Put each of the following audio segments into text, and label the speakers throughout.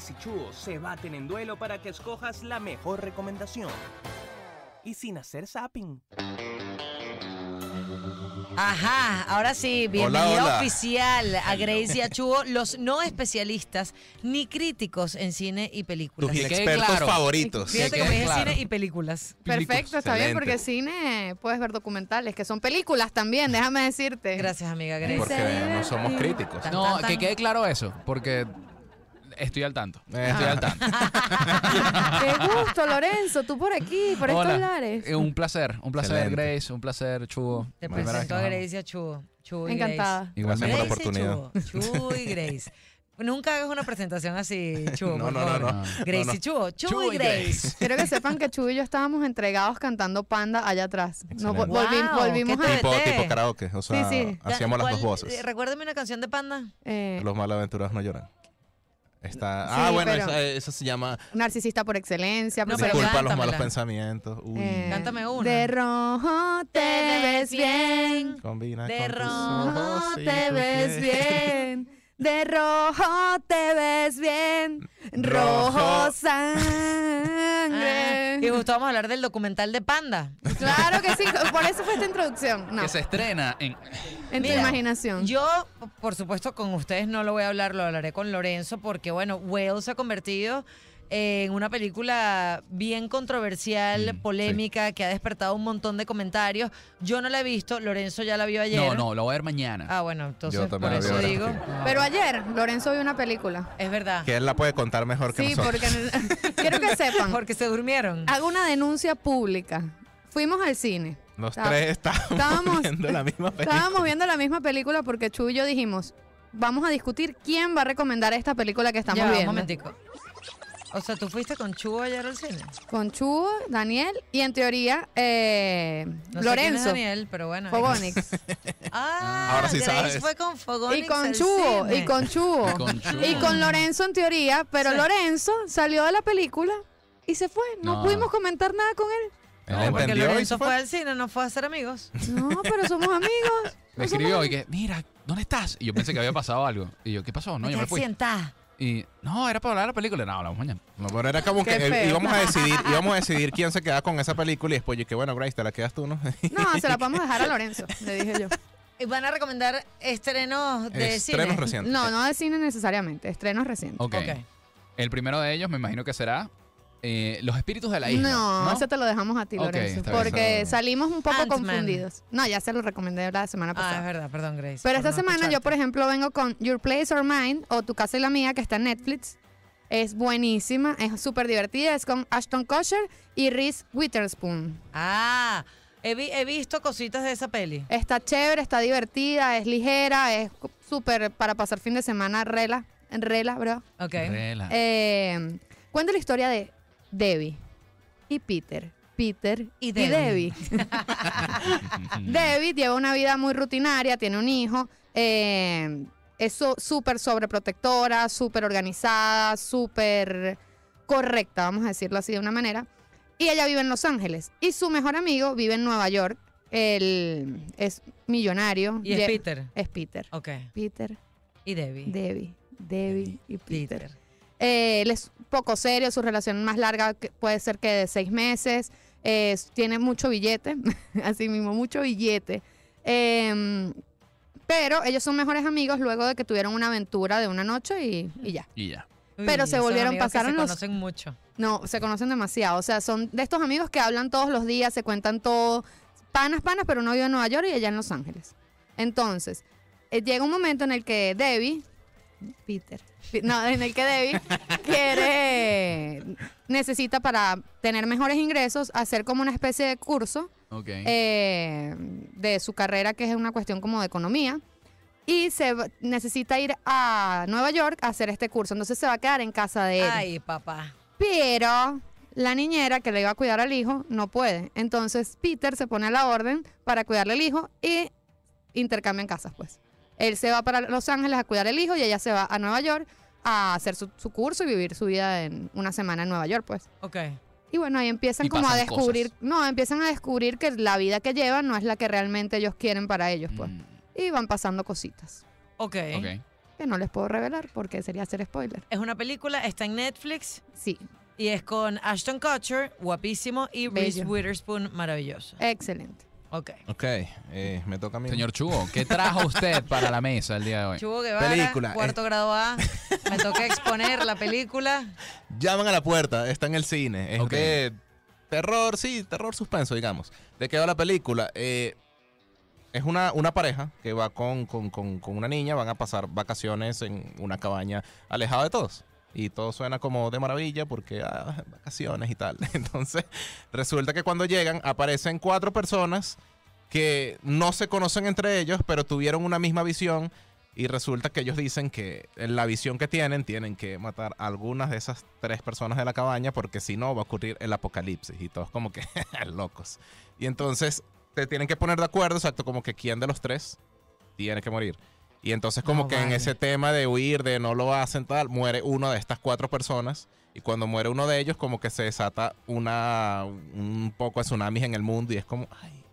Speaker 1: Alex y Chu se baten en duelo para que escojas la mejor recomendación. Y sin hacer zapping.
Speaker 2: Ajá, ahora sí, bienvenida
Speaker 3: Hola, hola.
Speaker 2: oficial a Gracie Achugo, los no especialistas ni críticos en cine y películas.
Speaker 3: Tus
Speaker 4: Que quede
Speaker 3: expertos
Speaker 4: claro.
Speaker 3: favoritos.
Speaker 4: Que
Speaker 2: Fíjate que
Speaker 4: quede
Speaker 2: me dije
Speaker 4: claro.
Speaker 2: cine y películas.
Speaker 5: Perfecto, está bien,
Speaker 3: Excelente.
Speaker 5: porque cine puedes ver documentales, que son películas también, déjame decirte.
Speaker 2: Gracias, amiga
Speaker 3: Porque
Speaker 2: Gracie.
Speaker 3: no somos críticos.
Speaker 2: Tan,
Speaker 4: No,
Speaker 2: tan, tan.
Speaker 4: que quede claro eso, porque estoy al tanto.
Speaker 3: Eh,
Speaker 4: Estoy al tanto.
Speaker 5: Qué gusto, Lorenzo, tú por aquí, por estos
Speaker 4: Hola.
Speaker 5: lares.
Speaker 4: Eh, Un placer, un placer,
Speaker 3: Excelente.
Speaker 4: Grace, un placer, Chugo.
Speaker 2: Te
Speaker 4: La verdad
Speaker 2: presento
Speaker 4: que
Speaker 2: a
Speaker 4: nos-
Speaker 2: Gracie Achugo. Chu y
Speaker 5: Encantada.
Speaker 3: Gracias
Speaker 4: Igualmente.
Speaker 3: por la
Speaker 2: Grace. Gracie
Speaker 3: oportunidad.
Speaker 2: Achugo, Chu y Grace. Nunca hagas una presentación así, Chu.
Speaker 3: No,
Speaker 2: por
Speaker 3: no, no,
Speaker 2: favor.
Speaker 4: Ah.
Speaker 3: no.
Speaker 2: Gracie
Speaker 3: No, no.
Speaker 2: Chugo, Chu
Speaker 4: Chu
Speaker 2: y
Speaker 4: y
Speaker 2: Grace.
Speaker 5: Quiero que sepan que Chu y yo estábamos entregados cantando Panda allá atrás. No,
Speaker 3: Excelente.
Speaker 5: vol- volvi-
Speaker 2: Wow,
Speaker 5: volvimos
Speaker 2: qué
Speaker 5: a...
Speaker 2: tal.
Speaker 3: Tipo,
Speaker 2: Vete.
Speaker 3: tipo karaoke, o sea,
Speaker 5: Sí, sí.
Speaker 3: hacíamos las dos
Speaker 2: ¿Cuál-
Speaker 3: voces.
Speaker 2: eh, Recuérdame una canción de Panda.
Speaker 5: eh,
Speaker 3: Los malaventurados no lloran. Está,
Speaker 5: Sí,
Speaker 3: ah, bueno,
Speaker 5: pero-
Speaker 3: esa, esa se llama
Speaker 5: narcisista por excelencia.
Speaker 2: No, pero
Speaker 3: Disculpa los malos
Speaker 2: cántamela.
Speaker 3: pensamientos. Uy,
Speaker 5: eh,
Speaker 2: Cántame una.
Speaker 5: De rojo te ves bien.
Speaker 3: combina
Speaker 2: de
Speaker 3: con tus
Speaker 2: rojo
Speaker 3: ojos y
Speaker 5: te
Speaker 3: tu piel.
Speaker 5: ves bien. De rojo te ves bien. Rojo
Speaker 3: Rojo.
Speaker 2: Ah,
Speaker 5: sangre.
Speaker 2: y justo vamos a hablar del documental de Panda.
Speaker 5: Ah, Claro que sí, por eso fue esta introducción. No,
Speaker 4: Que se estrena en...
Speaker 5: en tu
Speaker 2: Mira,
Speaker 5: imaginación.
Speaker 2: Yo, por supuesto, con ustedes no lo voy a hablar, lo hablaré con Lorenzo, porque bueno, Whale se ha convertido en una película bien controversial,
Speaker 4: Mm,
Speaker 2: polémica, que ha despertado un montón de comentarios. Yo no la he visto, Lorenzo ya la vio ayer.
Speaker 4: No, no, lo voy a ver mañana.
Speaker 2: Ah, bueno, entonces
Speaker 3: Yo
Speaker 2: por
Speaker 3: también la vi
Speaker 2: eso
Speaker 3: ahora,
Speaker 2: digo.
Speaker 3: sí.
Speaker 5: Pero ayer Lorenzo vio una película.
Speaker 2: Es verdad.
Speaker 3: Que él la puede contar mejor que
Speaker 5: Sí,
Speaker 3: nosotros.
Speaker 5: porque quiero que sepan.
Speaker 2: Porque se durmieron.
Speaker 5: Hago una denuncia pública. Fuimos al cine.
Speaker 3: Los
Speaker 5: Está-
Speaker 3: tres estábamos,
Speaker 5: estábamos-
Speaker 3: viendo la misma película.
Speaker 5: Estábamos viendo la misma película porque Chu y yo dijimos, vamos a discutir quién va a recomendar esta película que estamos
Speaker 2: Ya va, un
Speaker 5: viendo.
Speaker 2: momentico. O sea, tú fuiste con Chugo ayer al cine.
Speaker 5: Con Chu, Daniel y en teoría eh,
Speaker 2: No sé quién es
Speaker 5: Lorenzo.
Speaker 2: Daniel, pero bueno.
Speaker 5: Fogonix.
Speaker 2: Ah,
Speaker 3: Ahora sí
Speaker 2: Grace
Speaker 3: sabes.
Speaker 2: fue con Fogonix
Speaker 5: Y con
Speaker 2: al
Speaker 5: Chuo,
Speaker 2: cine.
Speaker 5: y con Chuo.
Speaker 4: Y con Chuo.
Speaker 5: oh. Y con Lorenzo en teoría, pero
Speaker 2: Sí.
Speaker 5: Lorenzo salió de la película y se fue. No,
Speaker 4: No.
Speaker 5: pudimos comentar nada con él.
Speaker 3: Él
Speaker 4: No, porque
Speaker 2: Porque
Speaker 3: entendió y
Speaker 2: Lorenzo
Speaker 3: se fue.
Speaker 2: fue al cine, no fue a ser amigos.
Speaker 5: No, pero somos amigos.
Speaker 4: Me escribió y que, mira, ¿dónde estás? Y yo pensé que había pasado algo. Y yo, ¿qué pasó? No, yo me fui.
Speaker 2: Sienta.
Speaker 4: Y, no, era para hablar de la película. No, hablamos mañana.
Speaker 3: No, pero era como
Speaker 5: Qué
Speaker 3: que eh,
Speaker 5: feo.
Speaker 3: íbamos a decidir, íbamos a decidir quién se queda con esa película y después yo que bueno, Grace, te la quedas tú, ¿no?
Speaker 5: No, se la podemos dejar a Lorenzo, le dije yo.
Speaker 2: Y Van a recomendar estrenos de
Speaker 3: Estrenos
Speaker 2: cine.
Speaker 3: recientes.
Speaker 5: No, no de cine necesariamente, estrenos recientes.
Speaker 4: Ok. El primero de ellos me imagino que será eh, Los Espíritus de la Isla.
Speaker 5: No, eso te lo dejamos a ti,
Speaker 4: Ok,
Speaker 5: Lorenzo.
Speaker 4: está bien,
Speaker 5: Porque
Speaker 3: está
Speaker 5: salimos un poco
Speaker 2: Ant-Man.
Speaker 5: confundidos. No, ya se lo recomendé la semana
Speaker 2: Ah,
Speaker 5: pasada.
Speaker 2: es verdad, perdón, Grace.
Speaker 5: Pero
Speaker 2: por
Speaker 5: esta
Speaker 2: no
Speaker 5: semana yo,
Speaker 2: escucharte.
Speaker 5: por ejemplo, vengo con Your Place or Mine o Tu Casa y la Mía, que está en Netflix. Es buenísima, es súper divertida. Es con Ashton Kutcher y Reese Witherspoon.
Speaker 2: Ah, he, vi- he visto cositas de esa peli.
Speaker 5: Está chévere, está divertida, es ligera, es cu- súper para pasar fin de semana. Rela, rela, bro.
Speaker 2: Ok.
Speaker 4: Rela.
Speaker 5: Eh, cuenta la historia de Debbie y Peter. Peter
Speaker 2: Y
Speaker 5: y
Speaker 2: Debbie.
Speaker 5: Debbie. David lleva una vida muy rutinaria, tiene un hijo, eh, es so- súper sobreprotectora, súper organizada, súper correcta, vamos a decirlo así de una manera. Y ella vive en Los Ángeles. Y su mejor amigo vive en Nueva York. Él es millonario.
Speaker 2: Y es
Speaker 5: Lle-
Speaker 2: Peter.
Speaker 5: Es Peter.
Speaker 2: Ok.
Speaker 5: Peter,
Speaker 2: Y Debbie.
Speaker 5: Debbie, Debbie y Peter.
Speaker 2: Peter.
Speaker 5: Eh, él es poco serio, su relación más larga que- puede ser que de seis meses. eh, s- tiene mucho billete, así mismo, mucho billete. Em, pero ellos son mejores amigos luego de que tuvieron una aventura de una noche y, y ya.
Speaker 4: Y ya.
Speaker 2: Uy,
Speaker 5: Pero se
Speaker 2: esos
Speaker 5: volvieron,
Speaker 2: amigos que
Speaker 5: pasaron
Speaker 2: se
Speaker 5: los-
Speaker 2: conocen mucho.
Speaker 5: No, se conocen demasiado. O sea, son de estos amigos que hablan todos los días, se cuentan todo. Panas, panas, pero uno vive en Nueva York y ella en Los Ángeles. Entonces, eh, llega un momento en el que Debbie. Peter. Pi- No, en el que Debbie quiere. Necesita para tener mejores ingresos, hacer como una especie de curso
Speaker 4: Ok.
Speaker 5: eh, de su carrera, que es una cuestión como de economía. Y se va- necesita ir a Nueva York a hacer este curso. Entonces se va a quedar en casa de él.
Speaker 2: Ay, papá.
Speaker 5: Pero la niñera que le iba a cuidar al hijo no puede. Entonces Peter se pone a la orden para cuidarle al hijo y intercambian casas, pues. Él se va para Los Ángeles a cuidar al hijo y ella se va a Nueva York a hacer su, su curso y vivir su vida en una semana en Nueva York, pues.
Speaker 2: Ok.
Speaker 5: Y bueno, ahí empiezan
Speaker 4: Y
Speaker 5: como a
Speaker 4: pasan
Speaker 5: descubrir, no, empiezan a descubrir que la vida que llevan no es la que realmente ellos quieren para ellos, pues.
Speaker 4: Mm,
Speaker 5: Y van pasando cositas.
Speaker 2: Ok.
Speaker 4: ok.
Speaker 5: que no les puedo revelar porque sería hacer spoiler.
Speaker 2: Es una película, está en Netflix
Speaker 5: Sí,
Speaker 2: y es con Ashton Kutcher, guapísimo, y Reese
Speaker 5: Bello.
Speaker 2: Witherspoon, maravilloso.
Speaker 5: excelente.
Speaker 2: Ok.
Speaker 3: Ok, eh, me toca a mí.
Speaker 4: Señor Chugo, ¿qué trajo usted para la mesa el día de hoy?
Speaker 2: Chugo Guevara,
Speaker 3: Película, eh.
Speaker 2: cuarto grado A. Me toca exponer la película.
Speaker 3: Llaman a la puerta, está en el cine. Es
Speaker 4: Ok.
Speaker 3: de terror, sí, terror suspenso, digamos. ¿De qué va la película? Eh, es una, una pareja que va con, con- con- con una niña, van a pasar vacaciones en una cabaña alejada de todos. Y todo suena como de maravilla porque, ah, vacaciones y tal. Entonces, resulta que cuando llegan aparecen cuatro personas que no se conocen entre ellos, pero tuvieron una misma visión. Y resulta que ellos dicen que en la visión que tienen, tienen que matar a algunas de esas tres personas de la cabaña porque si no va a ocurrir el apocalipsis. Y todos como que locos. Y entonces te tienen que poner de acuerdo, exacto, como que quién de los tres tiene que morir. Y entonces como
Speaker 2: No,
Speaker 3: que en
Speaker 2: vale.
Speaker 3: ese tema de huir, de no lo hacen tal, muere uno de estas cuatro personas. Y cuando muere uno de ellos, como que se desata una, un poco de tsunamis en el mundo. Y es como, ay,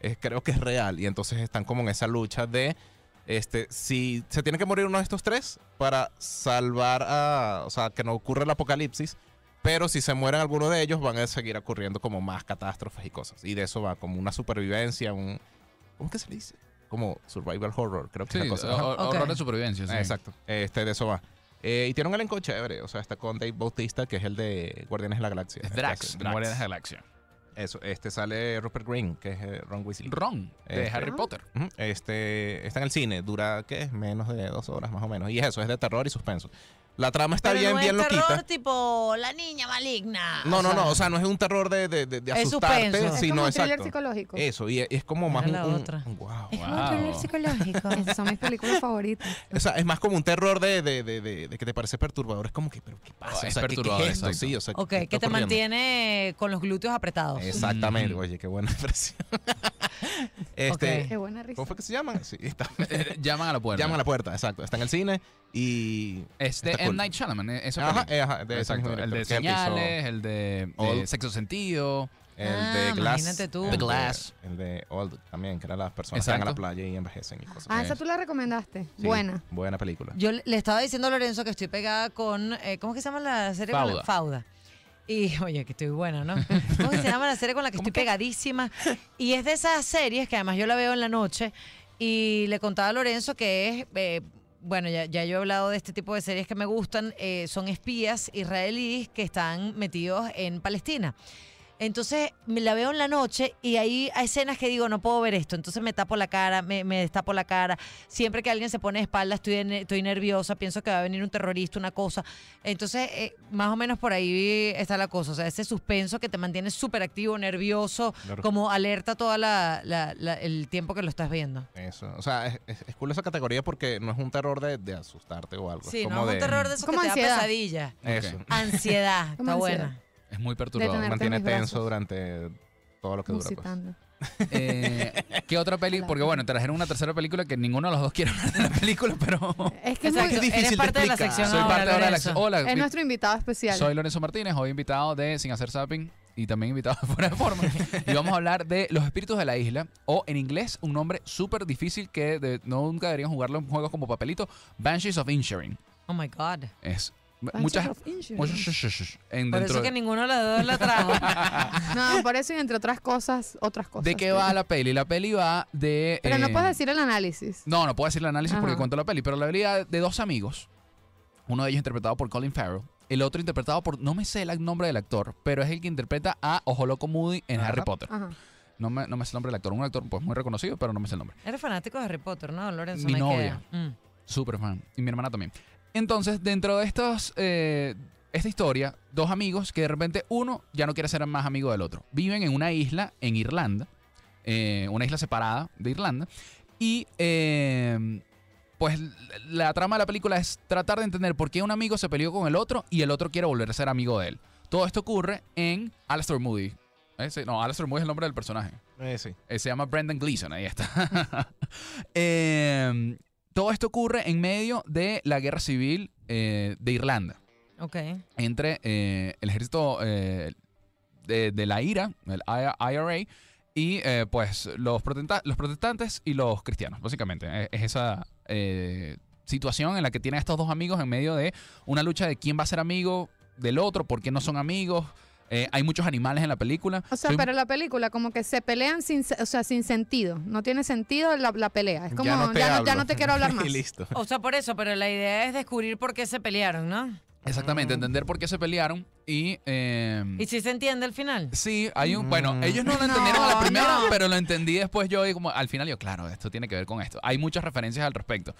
Speaker 3: es- creo que es real. Y entonces están como en esa lucha de este, si se tiene que morir uno de estos tres para salvar a. O sea, que no ocurra el apocalipsis. Pero si se mueren alguno de ellos, van a seguir ocurriendo como más catástrofes y cosas. Y de eso va como una supervivencia, un. ¿Cómo es que se le dice? Como survival horror, creo que
Speaker 4: Sí,
Speaker 3: es la
Speaker 4: o-
Speaker 3: cosa. Ajá.
Speaker 4: o-
Speaker 2: Ok.
Speaker 4: horror de supervivencia. sí.
Speaker 3: Ah, Exacto. Este, de eso va. Eh, y tiene un elenco chévere. O sea, está con Dave Bautista, que es el de Guardianes de la Galaxia.
Speaker 4: Es Drax,
Speaker 3: Este,
Speaker 4: de Guardianes de la Galaxia.
Speaker 3: Eso. Este sale Rupert Green, que es eh, Ron Weasley.
Speaker 4: Ron, de
Speaker 3: Este.
Speaker 4: Harry
Speaker 5: Ah.
Speaker 4: Potter.
Speaker 3: Ujú, Este está en el cine, dura ¿qué? menos de dos horas más o menos. Y es eso, es de terror y suspenso. La trama está
Speaker 2: Pero
Speaker 3: bien,
Speaker 2: no
Speaker 3: bien
Speaker 2: es terror
Speaker 3: loquita.
Speaker 2: tipo la niña maligna.
Speaker 3: No,
Speaker 2: O
Speaker 3: no,
Speaker 2: sea,
Speaker 3: no. O sea, no es un terror de, de, de- de
Speaker 2: Es
Speaker 3: asustarte,
Speaker 2: suspenso.
Speaker 5: Es
Speaker 3: sino
Speaker 5: como un thriller
Speaker 3: Ah, exacto.
Speaker 5: psicológico.
Speaker 3: Eso, y es, es como más un,
Speaker 2: Era la
Speaker 3: un-
Speaker 2: otra.
Speaker 3: un- wow.
Speaker 2: Es como
Speaker 4: Wow. Eh,
Speaker 2: un thriller psicológico.
Speaker 5: Esas son mis películas favoritas.
Speaker 3: O sea, es más como un terror de, de, de- de- de que te parece perturbador. Es como que, pero ¿qué pasa?
Speaker 4: Ah,
Speaker 3: O
Speaker 4: es
Speaker 3: sea, ¿qué- qué
Speaker 4: perturbador,
Speaker 3: es esto?
Speaker 4: exacto.
Speaker 3: Sí, o sea,
Speaker 2: ok,
Speaker 3: ¿qué
Speaker 2: que
Speaker 3: está
Speaker 2: te
Speaker 3: ocurriendo?
Speaker 2: mantiene con los glúteos apretados.
Speaker 3: Exactamente,
Speaker 4: Mm.
Speaker 3: oye, qué buena expresión. este,
Speaker 2: Ok.
Speaker 5: Qué buena risa.
Speaker 3: ¿Cómo fue que se llaman? Sí, está-
Speaker 4: Eh, Llaman a la puerta.
Speaker 3: Llaman a la puerta, exacto. Está en el cine y
Speaker 4: Es de
Speaker 3: Está
Speaker 4: M.
Speaker 3: cool.
Speaker 4: Night Shyamalan. eh, Esa
Speaker 3: Ajá,
Speaker 4: película.
Speaker 3: eh, ajá, de ese
Speaker 4: Exacto,
Speaker 3: mismo
Speaker 4: El de
Speaker 3: director que él
Speaker 4: señales, el de, de
Speaker 3: All-
Speaker 4: sexo sentido.
Speaker 3: hizo El de
Speaker 2: Ah,
Speaker 3: Glass.
Speaker 2: imagínate tú.
Speaker 3: el
Speaker 4: The
Speaker 3: de-
Speaker 4: Glass.
Speaker 3: El de Old también, que eran las personas que van a la
Speaker 4: Exacto.
Speaker 3: playa y envejecen y cosas.
Speaker 5: Ah, esa tú la recomendaste.
Speaker 3: Eh, Sí,
Speaker 5: Buena.
Speaker 3: Buena película.
Speaker 2: Yo le le estaba diciendo a Lorenzo que estoy pegada con. eh, ¿Cómo es que se llama la serie? con la-
Speaker 4: Fauda.
Speaker 2: Fauda. Y oye, que estoy buena, ¿no? ¿Cómo que se llama la serie con la que estoy pegadísima? Y es de esas series que además yo la veo en la noche. Y le contaba a Lorenzo que es. eh, bueno, ya, ya yo he hablado de este tipo de series que me gustan. eh, son espías israelíes que están metidos en Palestina. Entonces me la veo en la noche y ahí hay escenas que digo, no puedo ver esto. Entonces me tapo la cara, me, me destapo la cara. Siempre que alguien se pone de espalda, estoy, en- estoy nerviosa, pienso que va a venir un terrorista, una cosa. Entonces, eh, más o menos por ahí está la cosa. O sea, ese suspenso que te mantiene súper activo, nervioso,
Speaker 3: Claro.
Speaker 2: como alerta todo la, la- la- el tiempo que lo estás viendo.
Speaker 3: Eso. O sea, es, es- es cool esa categoría porque no es un terror de, de asustarte o
Speaker 4: Pues
Speaker 3: algo.
Speaker 2: Sí,
Speaker 3: es
Speaker 2: no
Speaker 3: como
Speaker 2: es un
Speaker 3: de- mm,
Speaker 2: terror de esos
Speaker 5: Como
Speaker 2: que te da
Speaker 5: ansiedad.
Speaker 2: pesadilla.
Speaker 3: Eso.
Speaker 4: Ok.
Speaker 2: Ansiedad,
Speaker 5: Como
Speaker 2: está buena.
Speaker 4: Es muy
Speaker 5: De
Speaker 4: perturbador.
Speaker 5: tener-
Speaker 3: Mantiene
Speaker 5: mis brazos.
Speaker 3: tenso durante todo lo que dura. pues.
Speaker 5: Musitando.
Speaker 4: Eh, ¿Qué otra película? Porque bueno, trajeron una tercera película que ninguno de los dos quiere hablar de la película, pero...
Speaker 5: Es que es, muy-
Speaker 2: Exacto,
Speaker 3: difícil
Speaker 2: eres
Speaker 3: de
Speaker 2: parte de la
Speaker 3: explicar.
Speaker 2: sección
Speaker 4: Soy
Speaker 2: ahora,
Speaker 4: parte ahora de la
Speaker 2: Lorenzo.
Speaker 4: acción. Hola,
Speaker 5: es
Speaker 4: mi-
Speaker 5: nuestro invitado especial.
Speaker 4: Soy Lorenzo Martínez, hoy invitado de Sin Hacer Zapping y también invitado de Fuera de Forma. y vamos a hablar de Los Espíritus de la Isla, o en inglés, un nombre súper difícil que de- no, nunca deberían jugarlo en juegos como papelito, Banshees of Insharing.
Speaker 2: Oh my God.
Speaker 4: Es
Speaker 5: Bunches
Speaker 4: muchas...
Speaker 5: of injuries.
Speaker 4: muchas- shush, shush, shush, en
Speaker 2: Por
Speaker 4: dentro
Speaker 2: eso
Speaker 4: de-
Speaker 2: que ninguno de los dos la trajo.
Speaker 5: No, por eso y entre otras cosas, otras cosas.
Speaker 4: ¿De qué
Speaker 5: pero-
Speaker 4: va la peli? La peli va de...
Speaker 5: Pero no
Speaker 4: eh,
Speaker 5: puedes decir el análisis.
Speaker 4: No, no puedo decir el análisis porque
Speaker 5: Ajá.
Speaker 4: cuento la peli, pero la peli va de dos amigos. Uno de ellos interpretado por Colin Farrell. El otro interpretado por, no me sé el nombre del actor, pero es el que interpreta a Ojo Loco Moody en
Speaker 3: Ajá.
Speaker 4: Harry Potter.
Speaker 5: Ajá.
Speaker 4: No me, no me sé el nombre del actor. Un actor pues muy reconocido, pero no me sé el nombre.
Speaker 2: Eres fanático de Harry Potter, ¿no, Lorenzo?
Speaker 4: Mi
Speaker 2: Me
Speaker 4: novia.
Speaker 2: queda. Mm.
Speaker 4: Súper fan. Y mi hermana también. Entonces, dentro de estos, eh, esta historia, dos amigos que de repente uno ya no quiere ser más amigo del otro. Viven en una isla en Irlanda, eh, una isla separada de Irlanda. Y eh, pues la- la trama de la película es tratar de entender por qué un amigo se peleó con el otro y el otro quiere volver a ser amigo de él. Todo esto ocurre en Alistair Moody. Ese- no, Alistair Moody es el nombre del personaje.
Speaker 3: Eh, sí.
Speaker 4: Eh, se llama Brendan Gleeson, ahí está. Eh, todo esto ocurre en medio de la guerra civil eh, de Irlanda,
Speaker 2: Ok.
Speaker 4: entre eh, el ejército eh, de, de la IRA, el IRA, y eh, pues los, protesta- los protestantes y los cristianos, básicamente. E-, Eh, Es, esa eh, situación en la que tienen a estos dos amigos en medio de una lucha de quién va a ser amigo del otro, por qué no son amigos. Eh, hay muchos animales en la película.
Speaker 5: O sea,
Speaker 4: Soy-
Speaker 5: pero la película como que se pelean sin, se- o sea, sin sentido. No tiene sentido la, la pelea. Es como, ya no, ya no,
Speaker 3: hablo.
Speaker 5: te quiero hablar más.
Speaker 3: y listo.
Speaker 2: O sea, por eso, pero la idea es descubrir por qué se pelearon, ¿no?
Speaker 4: Exactamente, entender por qué se pelearon y... eh,
Speaker 2: Y si se entiende al final.
Speaker 4: Sí, hay un.
Speaker 3: Mm.
Speaker 4: Bueno, ellos no lo entendieron a la
Speaker 5: No,
Speaker 4: primera,
Speaker 5: no.
Speaker 4: pero lo entendí después yo y como al final yo, claro, esto tiene que ver con esto. Hay muchas referencias al respecto.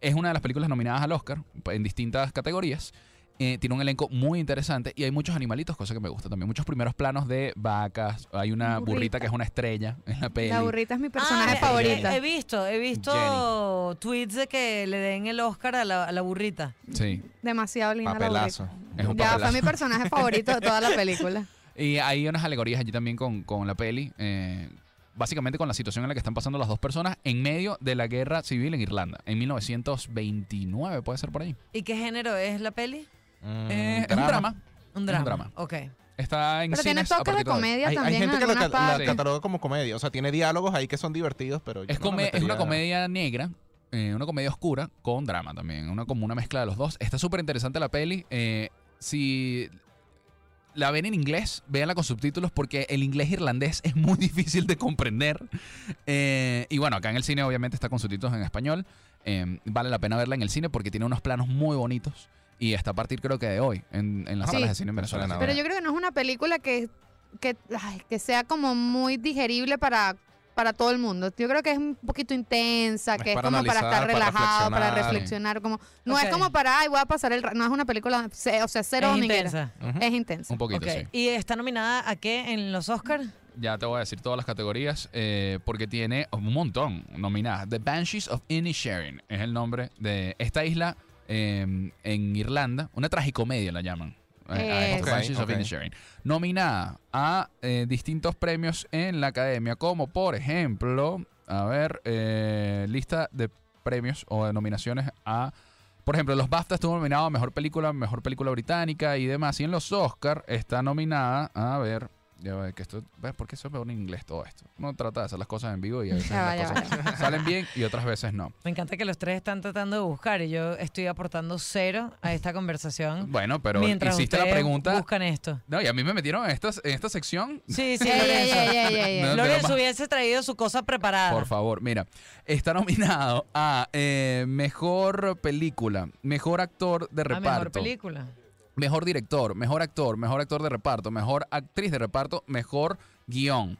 Speaker 4: Es una de las películas nominadas al Oscar en distintas categorías. Eh, tiene un elenco muy interesante y hay muchos animalitos, cosa que me gusta también. Muchos primeros planos de vacas. Hay una burrita,
Speaker 5: Burrita.
Speaker 4: que es una estrella en la peli.
Speaker 5: La burrita es mi personaje
Speaker 2: Ah, eh,
Speaker 5: favorita.
Speaker 2: He, he visto, he visto tweets de que le den el Oscar a la, a la burrita.
Speaker 4: Sí,
Speaker 2: eh.
Speaker 5: Demasiado linda
Speaker 3: Papelazo.
Speaker 4: es
Speaker 5: la
Speaker 4: un
Speaker 5: burrita. Ya fue
Speaker 4: papelazo.
Speaker 5: mi personaje favorito de toda la película.
Speaker 4: Y hay unas alegorías allí también con, con la peli. eh, básicamente con la situación en la que están pasando las dos personas en medio de la guerra civil en Irlanda. En 1929, puede ser por ahí.
Speaker 2: ¿Y qué género es la peli?
Speaker 3: Mm,
Speaker 4: Eh, es un drama.
Speaker 2: Un
Speaker 4: Es
Speaker 2: drama.
Speaker 4: un drama.
Speaker 2: Ok.
Speaker 4: Está en
Speaker 5: Pero tiene
Speaker 4: cines a
Speaker 5: toques
Speaker 4: partir
Speaker 5: de
Speaker 4: de hoy.
Speaker 5: comedia
Speaker 3: Hay, hay
Speaker 5: también en
Speaker 3: gente que la,
Speaker 5: algunas
Speaker 3: ca- la
Speaker 5: partes.
Speaker 3: cataloga como comedia. O sea, tiene diálogos ahí que son divertidos, pero. yo
Speaker 4: Es,
Speaker 3: no la
Speaker 4: come- es una
Speaker 3: metería-
Speaker 4: comedia negra, eh, una comedia oscura con drama también, una, como una mezcla de los dos. Está súper interesante la peli. eh, si la ven en inglés, véanla con subtítulos porque el inglés e irlandés es muy difícil de comprender. Eh, y bueno, acá en el cine obviamente está con subtítulos en español. Eh, vale la pena verla en el cine porque tiene unos planos muy bonitos. Y hasta a partir creo que de hoy en, en las
Speaker 5: Sí.
Speaker 4: salas de cine en Venezuela. así que-
Speaker 5: Pero yo creo que no es una película que, que, ay, que sea como muy digerible para, para todo el mundo. Yo creo que es un poquito intensa,
Speaker 3: Es
Speaker 5: que es,
Speaker 3: para
Speaker 5: como para
Speaker 3: analizar,
Speaker 5: estar
Speaker 3: para
Speaker 5: relajado, para
Speaker 3: reflexionar.
Speaker 5: reflexionar. Como, no
Speaker 2: Ok.
Speaker 5: es como para, ay, voy a pasar el... ra-". No es una película, se- o sea, cero
Speaker 2: es
Speaker 5: dominguera.
Speaker 2: intensa.
Speaker 3: Ujú.
Speaker 5: Es intensa.
Speaker 4: Un poquito,
Speaker 2: Ok.
Speaker 4: sí.
Speaker 2: ¿Y está nominada a qué en los Oscars?
Speaker 4: Ya te voy a decir todas las categorías eh, porque tiene un montón nominadas. The Banshees of Inisherin es el nombre de esta isla eh, en Irlanda. Una tragicomedia la llaman. eh, a
Speaker 5: Eh,
Speaker 4: esto,
Speaker 3: Ok,
Speaker 4: Banshees of
Speaker 3: ok.
Speaker 4: Inisherin. Nominada a eh, distintos premios en la academia, como por ejemplo, a ver, eh, lista de premios o de nominaciones a. Por ejemplo, los BAFTA estuvo nominado a Mejor Película, Mejor Película Británica y demás. Y en los Oscar está nominada, a ver, ya va, que esto, ¿ves por qué eso es peor en inglés todo esto? Uno trata de hacer las cosas en vivo y a veces
Speaker 2: Ah,
Speaker 5: Ya va,
Speaker 4: las
Speaker 5: ya va,
Speaker 4: cosas salen bien y otras veces no.
Speaker 2: Me encanta que los tres están tratando de buscar y yo estoy aportando cero a esta conversación.
Speaker 4: Bueno, pero
Speaker 2: mientras
Speaker 4: hiciste la
Speaker 2: ustedes
Speaker 4: pregunta.
Speaker 2: buscan esto.
Speaker 4: No, y a mí me metieron en, estas, en esta sección.
Speaker 2: Sí, sí,
Speaker 5: Ey, ey,
Speaker 2: Lorenzo.
Speaker 5: ey, ey, ey, ey.
Speaker 4: No, de lo
Speaker 2: Lorenzo
Speaker 4: más-
Speaker 2: hubiese traído su cosa preparada.
Speaker 4: Por favor, mira, está nominado a eh, Mejor Película, Mejor Actor de
Speaker 2: A mejor
Speaker 4: Reparto, mejor,
Speaker 2: película.
Speaker 4: Director, Mejor Actor, Mejor Actor de Reparto, Mejor Actriz de Reparto, Mejor Guión.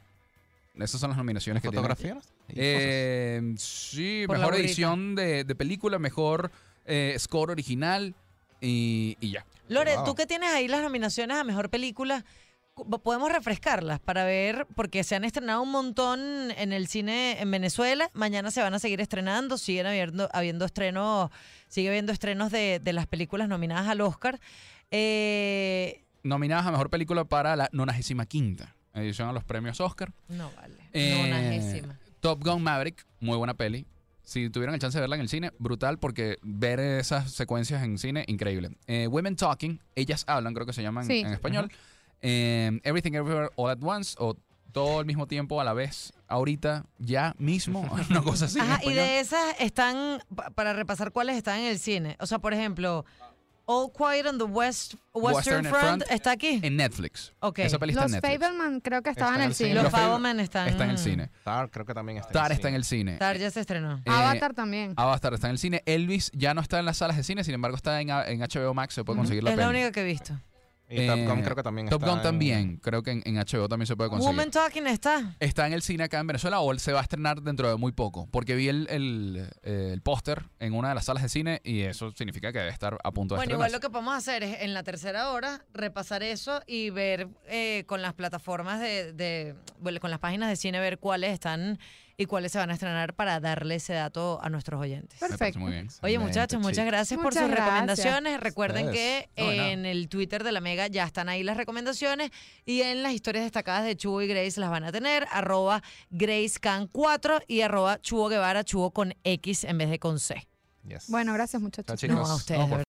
Speaker 4: Esas son las nominaciones que tiene.
Speaker 3: Fotografías. y
Speaker 4: Eh, sí,
Speaker 2: Por la
Speaker 4: mejor
Speaker 2: burrita.
Speaker 4: edición de, de película, mejor eh, score original y, y ya.
Speaker 2: Lore,
Speaker 3: Wow.
Speaker 2: tú que tienes ahí las nominaciones a mejor película, cu- podemos refrescarlas para ver, porque se han estrenado un montón en el cine en Venezuela. Mañana se van a seguir estrenando, siguen habiendo, habiendo estrenos, sigue habiendo estrenos de, de las películas nominadas al Oscar. Eh,
Speaker 4: Nominadas a mejor película para la 95 edición a los premios Oscar.
Speaker 2: no vale.
Speaker 4: Eh,
Speaker 2: Nonagésima.
Speaker 4: Top Gun Maverick, muy buena peli. Si tuvieron el chance de verla en el cine, brutal, porque ver esas secuencias en cine, increíble. Eh, Women Talking, ellas hablan, creo que se llaman
Speaker 5: Sí.
Speaker 4: en español. Eh, Everything Everywhere All at Once, o todo al mismo tiempo, a la vez, ahorita, ya mismo, una cosa así. en
Speaker 2: Ajá, y
Speaker 4: español.
Speaker 2: de esas están, pa- para repasar cuáles están en el cine. O sea, por ejemplo, All Quiet on the West, Western,
Speaker 4: Western
Speaker 2: Front,
Speaker 4: Front.
Speaker 2: está aquí.
Speaker 4: en Netflix.
Speaker 2: Ok.
Speaker 4: Esa peli está
Speaker 5: Los
Speaker 4: en Netflix.
Speaker 5: Fableman creo que estaban
Speaker 3: Está
Speaker 5: en
Speaker 3: en
Speaker 5: el
Speaker 3: el
Speaker 5: cine.
Speaker 3: cine.
Speaker 2: Los
Speaker 4: Los Fable-
Speaker 2: Fableman están.
Speaker 4: Está en el cine.
Speaker 3: Star, creo que también está.
Speaker 4: Tar está en el cine.
Speaker 2: Tar ya se estrenó.
Speaker 4: Eh,
Speaker 5: Avatar también.
Speaker 4: Avatar está en el cine. Elvis ya no está en las salas de cine, sin embargo está en, A- en HBO Max, se puede conseguir la
Speaker 2: es
Speaker 4: peli.
Speaker 2: la única que he visto.
Speaker 3: Y Top
Speaker 4: Eh,
Speaker 3: Gun creo que también
Speaker 4: Top
Speaker 3: está
Speaker 4: Gun
Speaker 3: en-
Speaker 4: también, creo que en, en HBO también se puede conseguir.
Speaker 2: Woman Talking está.
Speaker 4: Está en el cine acá en Venezuela o él se va a estrenar dentro de muy poco, porque vi el, el, eh, el póster en una de las salas de cine y eso significa que debe estar a punto de
Speaker 2: Bueno, igual
Speaker 4: estrenarse.
Speaker 2: lo que podemos hacer es en la tercera hora repasar eso y ver eh, con las plataformas de, de- bueno, con las páginas de cine, ver cuáles están y cuáles se van a estrenar para darle ese dato a nuestros oyentes.
Speaker 4: Me parece
Speaker 5: Perfecto.
Speaker 4: muy bien.
Speaker 2: Oye,
Speaker 3: Excelente,
Speaker 2: muchachos, muchas
Speaker 3: chicos.
Speaker 2: gracias por
Speaker 5: Muchas
Speaker 2: sus
Speaker 5: gracias.
Speaker 2: recomendaciones. Recuerden que
Speaker 3: Ustedes. No, de nada.
Speaker 2: en el Twitter de la Mega ya están ahí las recomendaciones y en las historias destacadas de Chubo y Grace las van a tener. Arroba GraceCan4 y arroba Chubo Guevara, Chubo con X en vez de con C.
Speaker 3: Yes.
Speaker 5: Bueno, gracias muchachos.
Speaker 3: Chao,
Speaker 2: no, a
Speaker 3: chicos.
Speaker 2: ustedes,
Speaker 3: No,
Speaker 2: de
Speaker 3: por